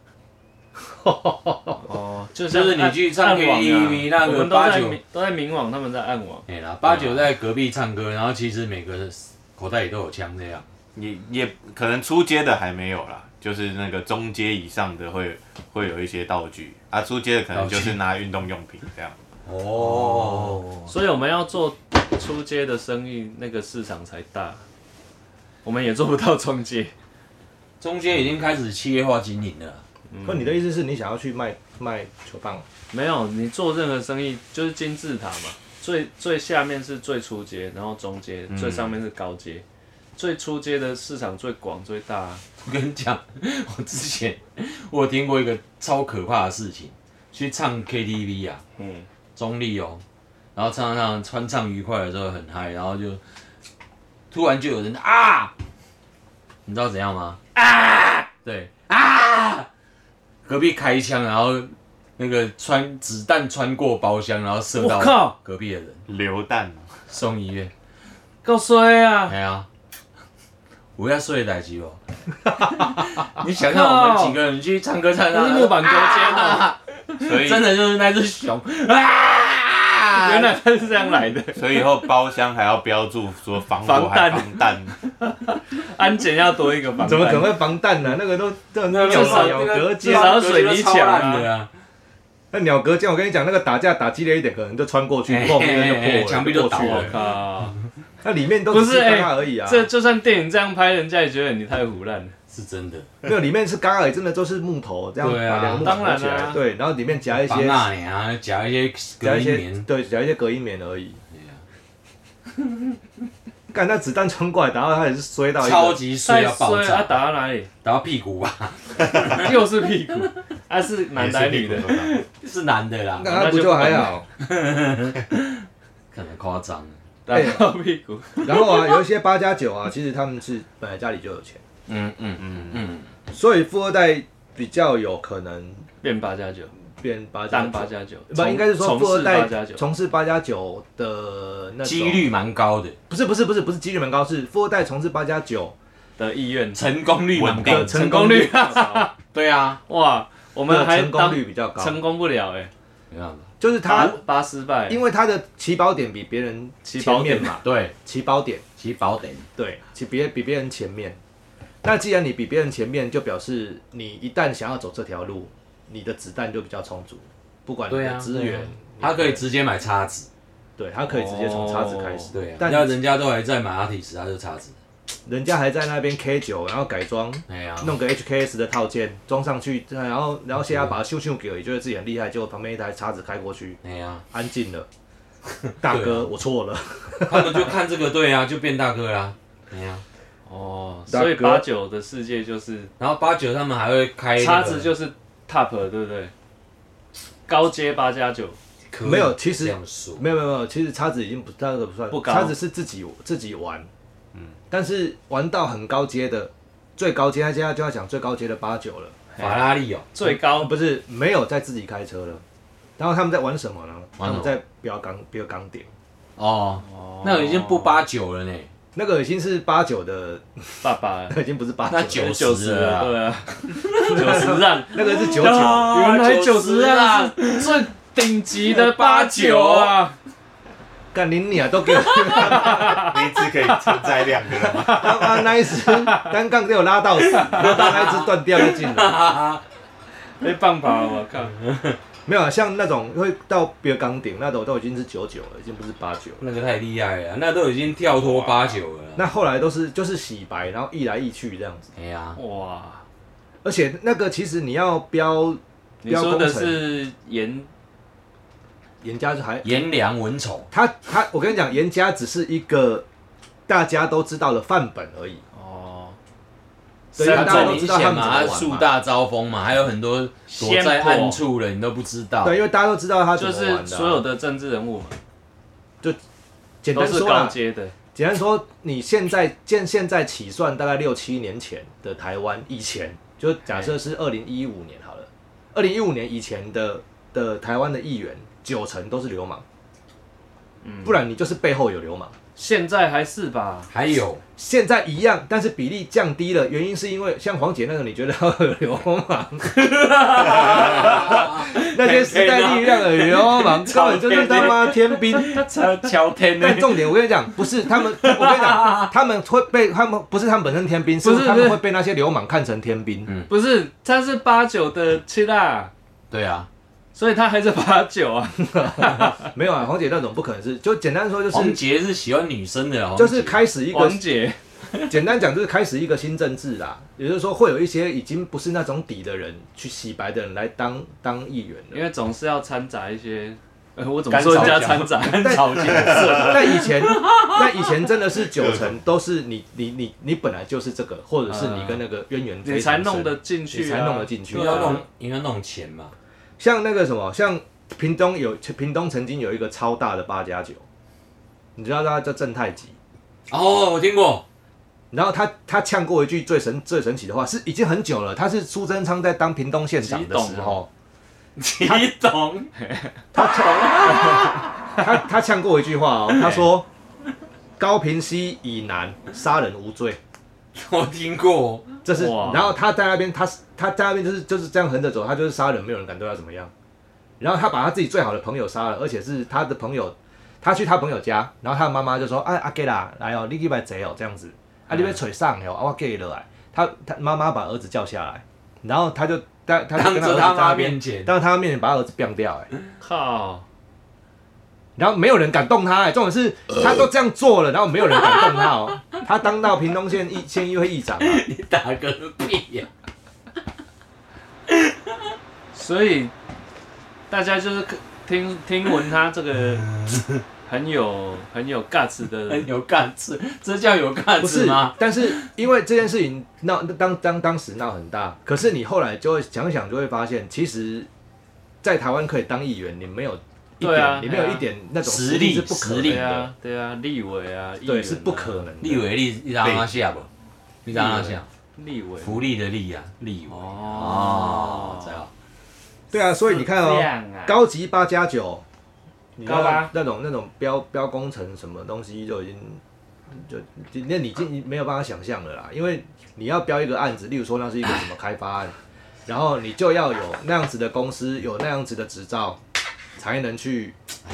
[SPEAKER 3] 哦，就
[SPEAKER 2] 就
[SPEAKER 3] 像
[SPEAKER 2] 是你
[SPEAKER 3] 暗
[SPEAKER 2] 去唱
[SPEAKER 3] 暗网啊
[SPEAKER 2] KTV 那个
[SPEAKER 3] 我们都
[SPEAKER 2] 八
[SPEAKER 3] 在
[SPEAKER 2] 九
[SPEAKER 3] 明都在明网，他们在暗网，
[SPEAKER 2] 哎啦，八九在隔壁唱歌，然后其实每个口袋里都有枪这样。
[SPEAKER 4] 也也可能出街的还没有啦，就是那个中阶以上的会会有一些道具啊，出街的可能就
[SPEAKER 2] 道
[SPEAKER 4] 是拿运动用品这样。
[SPEAKER 2] 哦，
[SPEAKER 3] 所以我们要做出街的生意，那个市场才大，我们也做不到中介，
[SPEAKER 2] 中间已经开始企业化经营了。
[SPEAKER 1] 不、你的意思是你想要去卖卖球棒？啊
[SPEAKER 3] 没有，你做任何生意就是金字塔嘛，最最下面是最初阶，然后中阶，
[SPEAKER 1] 嗯
[SPEAKER 3] 最上面是高阶。最初阶的市场最广最大、啊，
[SPEAKER 2] 我 跟你讲，我之前我有听过一个超可怕的事情，去唱 KTV 啊，
[SPEAKER 3] 嗯，
[SPEAKER 2] 中立哦，然后唱唱唱唱愉快的时候很嗨，然后就突然就有人啊，你知道怎样吗？啊，对啊，隔壁开枪，然后那个穿子弹穿过包厢，然后射
[SPEAKER 3] 我靠
[SPEAKER 2] 到隔壁的人，
[SPEAKER 4] 流弹，
[SPEAKER 2] 送医院。
[SPEAKER 3] 够衰啊！
[SPEAKER 2] 哎呀，我要睡代机哦。 你想想我们几个人去唱歌
[SPEAKER 1] 哎
[SPEAKER 2] 唱
[SPEAKER 3] 那
[SPEAKER 2] 唱，
[SPEAKER 3] 是木板隔间
[SPEAKER 1] 啊
[SPEAKER 3] 哦，
[SPEAKER 4] 所以
[SPEAKER 2] 真的就是那只熊啊！
[SPEAKER 3] 原来它是这样 来的。
[SPEAKER 4] 所以以后包厢还要标注说防火还防弹，
[SPEAKER 3] 安检要多一个防弹
[SPEAKER 1] 怎么可能会防弹呢、那个都那
[SPEAKER 2] 那
[SPEAKER 1] 鸟
[SPEAKER 2] 至少
[SPEAKER 1] 鸟隔
[SPEAKER 2] 至
[SPEAKER 1] 间，
[SPEAKER 2] 少 水泥墙啊，
[SPEAKER 1] 那鸟隔间，我跟你讲，那个打架打激烈一点，可能就穿过去，
[SPEAKER 2] 哎
[SPEAKER 1] 后面就破
[SPEAKER 2] 哎
[SPEAKER 1] 了，
[SPEAKER 2] 哎墙壁就
[SPEAKER 1] 过去
[SPEAKER 2] 倒
[SPEAKER 3] 我
[SPEAKER 2] 了
[SPEAKER 1] 哎
[SPEAKER 3] 靠！
[SPEAKER 1] 那里面都
[SPEAKER 3] 不
[SPEAKER 1] 只
[SPEAKER 3] 是
[SPEAKER 1] 是
[SPEAKER 3] 哎
[SPEAKER 1] 嘎而已啊，
[SPEAKER 3] 这就算电影这样拍，人家也觉得你太胡乱了。
[SPEAKER 2] 是真的。
[SPEAKER 1] 没有里面是嘎而已，真的都是木头这样把
[SPEAKER 2] 对啊
[SPEAKER 1] 两个木头
[SPEAKER 3] 当然
[SPEAKER 1] 合
[SPEAKER 3] 啊
[SPEAKER 1] 起来，对，然后里面夹一
[SPEAKER 2] 绑
[SPEAKER 1] 些
[SPEAKER 2] 那里啊，夹一些
[SPEAKER 1] 夹
[SPEAKER 2] 隔
[SPEAKER 1] 一
[SPEAKER 2] 音
[SPEAKER 1] 些
[SPEAKER 2] 棉，哎
[SPEAKER 1] 对夹一些隔音棉而已。 干那子弹穿过来，打到他也是摔到一
[SPEAKER 2] 超
[SPEAKER 1] 个，
[SPEAKER 2] 级碎啊
[SPEAKER 3] 太
[SPEAKER 2] 要爆
[SPEAKER 3] 衰了，他
[SPEAKER 2] 炸，打
[SPEAKER 3] 打到哪里？
[SPEAKER 2] 到屁股吧，
[SPEAKER 3] 又是屁股，啊是男的还是女的？
[SPEAKER 4] 的，
[SPEAKER 2] 是男的啦，
[SPEAKER 1] 那他不就还好？
[SPEAKER 2] 可能夸张。
[SPEAKER 3] 打到屁股。
[SPEAKER 1] 然后啊，有一些八加九啊，其实他们是本来家里就有钱，
[SPEAKER 2] 嗯嗯
[SPEAKER 4] 嗯，
[SPEAKER 2] 嗯，
[SPEAKER 1] 所以富二代比较有可能
[SPEAKER 3] 变八加九，
[SPEAKER 1] 变八加
[SPEAKER 3] 当
[SPEAKER 1] 九
[SPEAKER 3] 八加九，
[SPEAKER 1] 不应该是说
[SPEAKER 3] 从
[SPEAKER 1] 富
[SPEAKER 3] 从
[SPEAKER 1] 二
[SPEAKER 3] 事八加
[SPEAKER 1] 代
[SPEAKER 3] 九，
[SPEAKER 1] 从事八加九的那种
[SPEAKER 2] 几率蛮高的，
[SPEAKER 1] 不是不是不是不是几率蛮高，是富二代从事八加九
[SPEAKER 3] 的意愿
[SPEAKER 2] 成功率蛮高
[SPEAKER 1] 的
[SPEAKER 2] 的。
[SPEAKER 1] 成
[SPEAKER 3] 功
[SPEAKER 1] 功
[SPEAKER 3] 率
[SPEAKER 1] 率比较高，
[SPEAKER 2] 对啊，
[SPEAKER 3] 哇，我
[SPEAKER 1] 我
[SPEAKER 3] 们还
[SPEAKER 1] 成
[SPEAKER 3] 当
[SPEAKER 1] 功率比较高，
[SPEAKER 3] 成功不了哎，
[SPEAKER 2] 没办法，
[SPEAKER 1] 就是
[SPEAKER 3] 八
[SPEAKER 1] 他
[SPEAKER 3] 八失败，
[SPEAKER 1] 因为他的起跑点比别人
[SPEAKER 3] 起跑
[SPEAKER 1] 前
[SPEAKER 3] 点
[SPEAKER 1] 面嘛，
[SPEAKER 2] 对，
[SPEAKER 1] 起跑点
[SPEAKER 2] 起跑点
[SPEAKER 1] 对，起别比别人前面。那既然你比别人前面，就表示你一旦想要走这条路，你的子弹就比较充足，不管你
[SPEAKER 2] 对
[SPEAKER 1] 的
[SPEAKER 2] 啊
[SPEAKER 1] 资
[SPEAKER 2] 对啊
[SPEAKER 1] 源，
[SPEAKER 2] 他可以直接买叉子，
[SPEAKER 1] 对他可以直接从叉子开始，
[SPEAKER 2] 对啊，
[SPEAKER 1] 但
[SPEAKER 2] 要人家都还在买阿提斯，他就叉子。
[SPEAKER 1] 人家还在那边 K 九，然后改装
[SPEAKER 2] 哎呀，
[SPEAKER 1] 弄个 HKS 的套件装上去，然后然后现在把它修修给，也觉得自己很厉害，结果旁边一台叉子开过去，
[SPEAKER 2] 哎呀，
[SPEAKER 1] 安静了。 大哥，我错了。
[SPEAKER 2] 他们就看这个对啊，就变大哥啦。哎呀，
[SPEAKER 3] 哦，
[SPEAKER 1] 大
[SPEAKER 3] 所以
[SPEAKER 1] 哥
[SPEAKER 3] 八九的世界就是
[SPEAKER 2] 然后八九他们还会开那个
[SPEAKER 3] 叉子就是 top 了对不对？高阶八加九，
[SPEAKER 2] 可以
[SPEAKER 1] 没有其实
[SPEAKER 2] 这样说，
[SPEAKER 1] 没有没有没有，其实叉子已经不那个不算，
[SPEAKER 3] 不高
[SPEAKER 1] 叉子是自己自己玩，但是玩到很高阶的，最高阶，他现在就要讲最高阶的八九了，
[SPEAKER 2] 法拉利哦，
[SPEAKER 3] 最高
[SPEAKER 1] 哦，不是没有在自己开车了，然后他们在玩什么呢？
[SPEAKER 2] 玩
[SPEAKER 1] 他
[SPEAKER 2] 什
[SPEAKER 1] 们
[SPEAKER 2] 么
[SPEAKER 1] 在标钢标钢点，
[SPEAKER 2] 哦，
[SPEAKER 3] 哦
[SPEAKER 2] 那个已经不八九了呢，
[SPEAKER 1] 那个已经是八九的，
[SPEAKER 3] 爸爸了
[SPEAKER 1] 那已经不是八
[SPEAKER 2] 那
[SPEAKER 1] 九
[SPEAKER 2] 九
[SPEAKER 1] 了，
[SPEAKER 2] 十
[SPEAKER 3] 90了
[SPEAKER 2] 啊
[SPEAKER 3] 对啊，九十让
[SPEAKER 1] 那个是九九，
[SPEAKER 2] 啊
[SPEAKER 3] 原来
[SPEAKER 2] 90
[SPEAKER 3] 九十啊
[SPEAKER 2] 啊
[SPEAKER 3] 是最顶级的八九啊，
[SPEAKER 1] 干你你啊都给我，
[SPEAKER 4] 你只可以承载两个人，
[SPEAKER 1] 他妈啊那一只单杠给我拉到死，拉到那一只断掉就进了。
[SPEAKER 3] 被哎棒跑我靠，
[SPEAKER 1] 没有啊，像那种会到标钢顶那种都已经是九九了，已经不是八九了。
[SPEAKER 2] 那个太厉害了，那都已经跳脱八九了啦。
[SPEAKER 1] 那后来都是就是洗白，然后一来一去这样子。
[SPEAKER 2] 哎呀，
[SPEAKER 3] 哇，
[SPEAKER 1] 而且那个其实你要标
[SPEAKER 3] 你说的
[SPEAKER 1] 标工程
[SPEAKER 3] 是严
[SPEAKER 1] 严家就还
[SPEAKER 2] 颜良文丑，
[SPEAKER 1] 他他，我跟你讲，严家只是一个大家都知道的范本而已。
[SPEAKER 3] 哦，
[SPEAKER 1] 对
[SPEAKER 2] 他
[SPEAKER 1] 大家
[SPEAKER 2] 最
[SPEAKER 1] 都
[SPEAKER 2] 明
[SPEAKER 1] 知道们
[SPEAKER 2] 显
[SPEAKER 1] 怎
[SPEAKER 2] 嘛，
[SPEAKER 1] 么
[SPEAKER 2] 他
[SPEAKER 1] 玩
[SPEAKER 2] 树
[SPEAKER 1] 嘛。
[SPEAKER 2] 大招风嘛，还有很多躲在暗处的你都不知道。
[SPEAKER 1] 对，因为大家都知道他怎
[SPEAKER 3] 啊就
[SPEAKER 1] 么玩的啊、
[SPEAKER 3] 是所有的政治人物嘛，
[SPEAKER 1] 简
[SPEAKER 3] 都
[SPEAKER 1] 单
[SPEAKER 3] 是
[SPEAKER 1] 说
[SPEAKER 3] 高
[SPEAKER 1] 啦，
[SPEAKER 3] 阶的，
[SPEAKER 1] 简单说，你现在现现在起算大概六七年前的台湾，以前就假设是二零一五年好了，二零一五年以前的的台湾的议员九成都是流氓，
[SPEAKER 3] 嗯
[SPEAKER 1] 不然你就是背后有流氓。
[SPEAKER 3] 现在还是吧，
[SPEAKER 2] 还有
[SPEAKER 1] 现在一样，但是比例降低了，原因是因为像黄姐那种，你觉得她有流氓， 那些时代力量的流氓根本就是他妈天兵。
[SPEAKER 2] 乔乔天
[SPEAKER 1] 但重点我跟你讲，不是他们，我跟你 讲，他们会被他们不是他们本身天兵，
[SPEAKER 3] 不
[SPEAKER 1] 是
[SPEAKER 3] 是
[SPEAKER 1] 他
[SPEAKER 3] 不
[SPEAKER 1] 们
[SPEAKER 3] 是
[SPEAKER 1] 会被那些流氓看成天兵。
[SPEAKER 2] 嗯
[SPEAKER 3] 不是他是八九的七啦，
[SPEAKER 2] 对啊，
[SPEAKER 3] 所以他还是八九啊，
[SPEAKER 1] 没有啊，黄姐那种不可能是，就简单说就
[SPEAKER 3] 嗯
[SPEAKER 2] 黄
[SPEAKER 1] 是
[SPEAKER 2] 杰是喜欢女生的，黄杰
[SPEAKER 1] 就是开始一
[SPEAKER 3] 王
[SPEAKER 1] 个
[SPEAKER 3] 姐
[SPEAKER 1] 简单讲就是开始一个新政治啦，也就是说会有一些已经不是那种底的人去洗白的人来当当议员了
[SPEAKER 3] 因。为总是要掺杂一些，呃，我怎么说人家掺杂？
[SPEAKER 1] 但
[SPEAKER 2] 超级色，
[SPEAKER 1] 那以 前，那以前真的是九成都是你你你你本来就是这个，或者是你跟那个渊源
[SPEAKER 3] 啊你
[SPEAKER 1] 非常
[SPEAKER 3] 才
[SPEAKER 1] 深
[SPEAKER 3] 弄得进去、啊，
[SPEAKER 1] 你才弄得进去啊
[SPEAKER 2] 因为要弄因为要弄钱嘛。
[SPEAKER 1] 像那个什么，像屏东有屏东曾经有一个超大的八加九，你知道它叫正太级，
[SPEAKER 2] 哦，我听过，
[SPEAKER 1] 然后他他呛过一句最神最神奇的话，是已经很久了，他是苏贞昌在当屏东县长的时
[SPEAKER 3] 激
[SPEAKER 1] 候
[SPEAKER 3] 动，哦你懂？
[SPEAKER 1] 他他呛过一句话哦，他 说高平溪以南杀人无罪，
[SPEAKER 2] 我听过，
[SPEAKER 1] 这是
[SPEAKER 3] 哇
[SPEAKER 1] 然后他在那边他他在那边就是就是这样横着走，他就是杀人，没有人敢对他怎么样。然后他把他自己最好的朋友杀了，而且是他的朋友，他去他朋友家，然后他的妈妈就说：“啊阿给啦，来哦，你去买贼哦，这样子，啊你被吹上了哦，啊我给了来。”他他妈妈把儿子叫下来，然后他就他他就
[SPEAKER 2] 当
[SPEAKER 1] 跟他
[SPEAKER 2] 着
[SPEAKER 1] 儿子
[SPEAKER 2] 他
[SPEAKER 1] 在那
[SPEAKER 2] 妈
[SPEAKER 1] 边
[SPEAKER 2] 面前，
[SPEAKER 1] 当着他面前把儿子变掉、哎。
[SPEAKER 3] 靠！
[SPEAKER 1] 然后没有人敢动他、欸，重点是他都这样做了，然后没有人敢动他哦。他当到屏东县议县议会议长、啊，
[SPEAKER 2] 你打个屁呀、
[SPEAKER 3] 所以大家就是听听闻他这 个很有很有 guts 的人
[SPEAKER 2] 很有干吃，这叫有干
[SPEAKER 1] 不
[SPEAKER 2] 吃
[SPEAKER 1] 是
[SPEAKER 2] 吗？？
[SPEAKER 1] 但是因为这件事情闹当当当时闹很大，可是你后来就会想想就会发现，其实，在台湾可以当议员，你没有一
[SPEAKER 3] 对
[SPEAKER 1] 点，
[SPEAKER 3] 啊
[SPEAKER 1] 你没有
[SPEAKER 3] 对啊
[SPEAKER 1] 一点那种
[SPEAKER 2] 实
[SPEAKER 1] 力
[SPEAKER 2] 力
[SPEAKER 1] 是不可
[SPEAKER 2] 实
[SPEAKER 1] 能
[SPEAKER 2] 力
[SPEAKER 3] 对
[SPEAKER 1] 的，
[SPEAKER 3] 啊，对啊，立委啊，议
[SPEAKER 1] 对，
[SPEAKER 3] 员
[SPEAKER 1] 是
[SPEAKER 3] 啊
[SPEAKER 1] 不可能的。
[SPEAKER 2] 立委立，你让他下啊不？你让他下，
[SPEAKER 3] 立委
[SPEAKER 2] 啊福利的利啊，立委哦
[SPEAKER 3] 哦，
[SPEAKER 2] 这样
[SPEAKER 1] 对啊， 所以你看
[SPEAKER 3] 这
[SPEAKER 1] 哦，
[SPEAKER 3] 样啊，
[SPEAKER 1] 高级八加九，你
[SPEAKER 3] 高八
[SPEAKER 1] 那种那种标标工程什么东西就已经就就那你已经没有办法想象了啦，因为你要标一个案子，例如说那是一个什么开发案，然后你就要有那样子的公司，有那样子的执照，才能去哎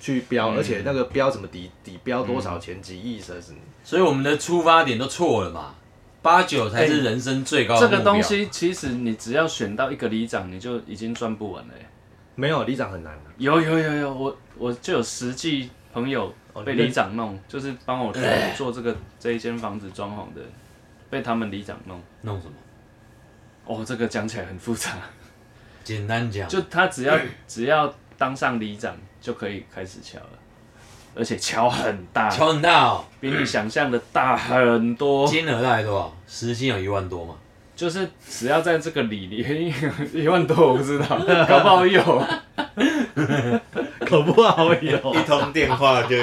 [SPEAKER 1] 去标，
[SPEAKER 3] 嗯
[SPEAKER 1] 而且那个标什么底底标多少钱，几亿什么什么，
[SPEAKER 2] 所以我们的出发点都错了嘛，八九才是人生最高的
[SPEAKER 3] 这
[SPEAKER 2] 目标
[SPEAKER 3] 个东，西其实你只要选到一个里长，你就已经赚不完了欸。
[SPEAKER 1] 没有里长很难啊的。
[SPEAKER 3] 有有有有，我我就有实际朋友
[SPEAKER 1] 哦
[SPEAKER 3] 被
[SPEAKER 1] 你
[SPEAKER 3] 里长弄，就是帮我做这个这一间房子装潢的，被他们里长弄。
[SPEAKER 2] 弄什么？
[SPEAKER 3] 哦，这个讲起来很复杂，
[SPEAKER 2] 简单讲，
[SPEAKER 3] 就他只
[SPEAKER 1] 嗯
[SPEAKER 3] 要只要当上里长就可以开始敲了，而且敲很大，
[SPEAKER 2] 敲很大哦，
[SPEAKER 3] 比你想象的大很多。
[SPEAKER 2] 金额大概多少？时薪有一万多嘛？
[SPEAKER 3] 就是只要在这个里里一万多，我不知道，搞不好有。
[SPEAKER 1] 搞不好有
[SPEAKER 4] 一通电话就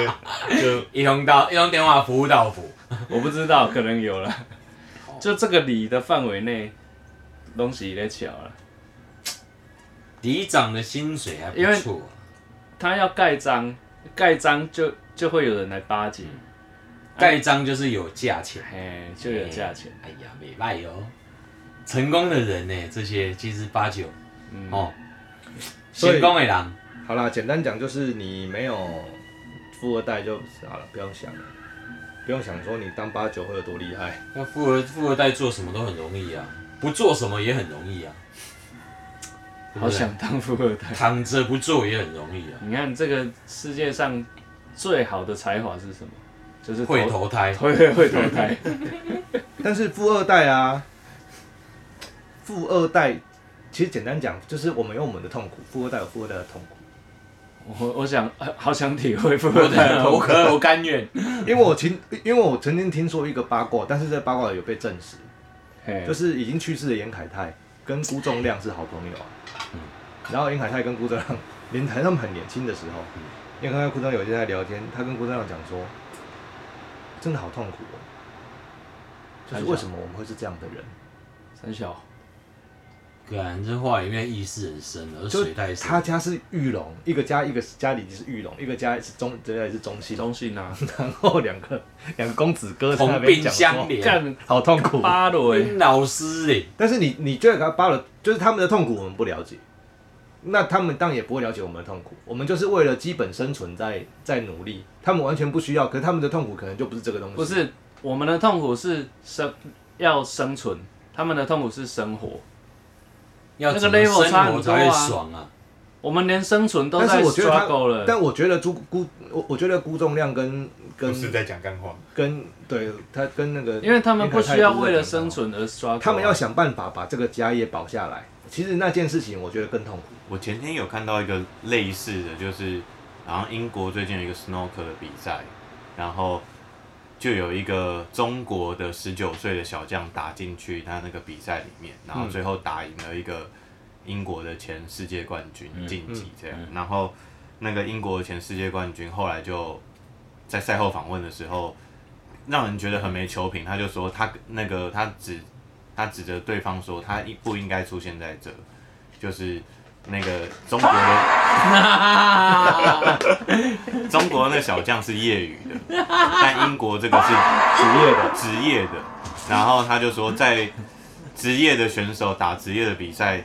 [SPEAKER 4] 就
[SPEAKER 2] 一通到一通电话服务到府，
[SPEAKER 3] 我不知道，可能有了。
[SPEAKER 2] 哦
[SPEAKER 3] 就这个里的范围内，东西在巧了。
[SPEAKER 2] 里长的薪水还
[SPEAKER 3] 因
[SPEAKER 2] 不
[SPEAKER 3] 为
[SPEAKER 2] 错啊、
[SPEAKER 3] 他要盖章，盖章就就会有人来巴结，
[SPEAKER 2] 嗯盖章就是有价钱，
[SPEAKER 3] 嘿，就有价钱。
[SPEAKER 2] 哎呀，没卖哦。成功的人呢，这些其实八九
[SPEAKER 3] 嗯，
[SPEAKER 2] 哦，
[SPEAKER 1] 所以
[SPEAKER 2] 成功的人，
[SPEAKER 1] 好啦，简单讲就是你没有富二代就好了，不用想了，不用想说你当八九会有多厉害。
[SPEAKER 2] 那富二富二代做什么都很容易啊，不做什么也很容易啊，对不
[SPEAKER 3] 好
[SPEAKER 2] 对
[SPEAKER 3] 想当富二代。
[SPEAKER 2] 躺着不做也很容易啊，
[SPEAKER 3] 你看这个世界上最好的才华是什么？就是
[SPEAKER 2] 会投胎。
[SPEAKER 3] 会会投 胎。
[SPEAKER 1] 但是富二代啊，富二代其实简单讲就是我们有我们的痛苦，富二代有富二代的痛苦。
[SPEAKER 3] 我我想好想体会富
[SPEAKER 2] 我
[SPEAKER 3] 二代哦的
[SPEAKER 2] 的，
[SPEAKER 3] 痛
[SPEAKER 2] 我
[SPEAKER 3] 苦。
[SPEAKER 2] 可我甘愿。
[SPEAKER 1] 因为我曾因为我曾经听说一个八卦，但是这八卦有被证实，
[SPEAKER 2] 哎
[SPEAKER 3] 嘿
[SPEAKER 1] 就是已经去世的严凯泰跟辜仲亮是好朋友啊。
[SPEAKER 2] 嗯
[SPEAKER 1] 然后严凯泰跟辜仲亮，连他们很年轻的时候，
[SPEAKER 2] 嗯
[SPEAKER 1] 严凯泰跟辜仲亮有一天在聊天，他跟辜仲亮讲说，真的好痛苦哦，就是为什么我们会是这样的人？
[SPEAKER 3] 三小，
[SPEAKER 2] 感这话里面意思很深了，
[SPEAKER 1] 就
[SPEAKER 2] 水太深
[SPEAKER 1] 他。家是玉龙，一个家一个家里是玉龙，一个家是中，这家里是中戏，
[SPEAKER 3] 中信啊，
[SPEAKER 1] 然后两个两个公子哥在那
[SPEAKER 2] 同
[SPEAKER 1] 边
[SPEAKER 2] 病
[SPEAKER 1] 讲
[SPEAKER 2] 相
[SPEAKER 1] 说，
[SPEAKER 2] 怜，
[SPEAKER 3] 干欸
[SPEAKER 1] 好痛苦。哦
[SPEAKER 3] 巴雷，
[SPEAKER 2] 跟老师哎、
[SPEAKER 1] 但是你你觉得他巴了，就是他们的痛苦我们不了解，那他们当然也不会了解我们的痛苦。我们就是为了基本生存在在努力，他们完全不需要，可是他们的痛苦可能就不是这个东西。
[SPEAKER 3] 不，是我们的痛苦是生要生存，他们的痛苦是生活。
[SPEAKER 2] 要
[SPEAKER 3] 那个
[SPEAKER 2] 怎么
[SPEAKER 3] level 差
[SPEAKER 2] 生活
[SPEAKER 3] 很多啊
[SPEAKER 2] 才会爽啊？
[SPEAKER 3] 我们连生存都
[SPEAKER 1] 但
[SPEAKER 3] 在
[SPEAKER 1] 是我觉得他
[SPEAKER 3] struggle 了，
[SPEAKER 1] 但我觉得朱辜，我我觉得辜仲亮跟
[SPEAKER 4] 不
[SPEAKER 1] 跟
[SPEAKER 4] 是在讲干话，
[SPEAKER 1] 跟对他跟那个，
[SPEAKER 3] 因为他们不需要为了
[SPEAKER 1] 存。
[SPEAKER 3] 生存而 struggle 啊。
[SPEAKER 1] 他们要想办法把这个家业保下来。其实那件事情我觉得更痛苦。
[SPEAKER 4] 我前天有看到一个类似的，就是好像英国最近有一个 snooker 的比赛，然后就有一个中国的十九岁的小将打进去他那个比赛里面，然后最后打赢了一个英国的前世界冠军
[SPEAKER 2] 嗯
[SPEAKER 4] 晋级这样
[SPEAKER 2] 嗯，
[SPEAKER 4] 然后那个英国的前世界冠军后来就在赛后访问的时候让人觉得很没球品，他就说他那个他指他指着对方说他应不应该出现在这，就是那个中国的 中国那小将是业余的，但英国这个是
[SPEAKER 1] 职业的，
[SPEAKER 4] 职业的，然后他就说在职业的选手打职业的比赛，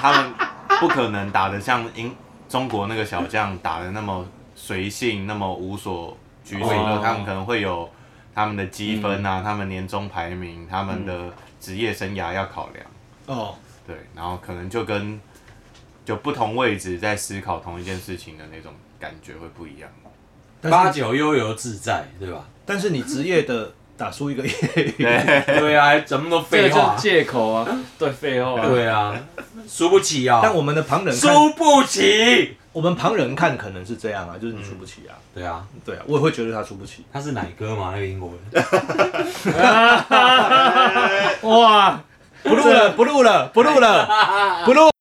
[SPEAKER 4] 他们不可能打得像英中国那个小将打的那么随性，那么无所拘束，
[SPEAKER 2] 哦
[SPEAKER 4] 他们可能会有他们的积分啊，他们年终排名，他们的职业生涯要考量，
[SPEAKER 1] 哦，
[SPEAKER 4] 对，然后可能就跟就不同位置在思考同一件事情的那种感觉会不一样。
[SPEAKER 2] 八
[SPEAKER 1] 但是
[SPEAKER 2] 九悠游自在，对吧？
[SPEAKER 1] 但是你职业的打输一个业余，
[SPEAKER 2] 对啊，咱们都
[SPEAKER 3] 这
[SPEAKER 2] 废
[SPEAKER 3] 个就是
[SPEAKER 2] 话。
[SPEAKER 3] 借口啊， 对，废话、 啊。
[SPEAKER 2] 对啊，输不起啊，
[SPEAKER 1] 但我们的旁人看，
[SPEAKER 2] 输不起。
[SPEAKER 1] 我们旁人看可能是这样啊，就是你输不起啊，
[SPEAKER 2] 对啊，
[SPEAKER 1] 对啊，我也会觉得他输不起。
[SPEAKER 2] 他是奶哥嘛，那个英国人。
[SPEAKER 3] 哇，
[SPEAKER 1] 不录了，不录了，不录了，不录。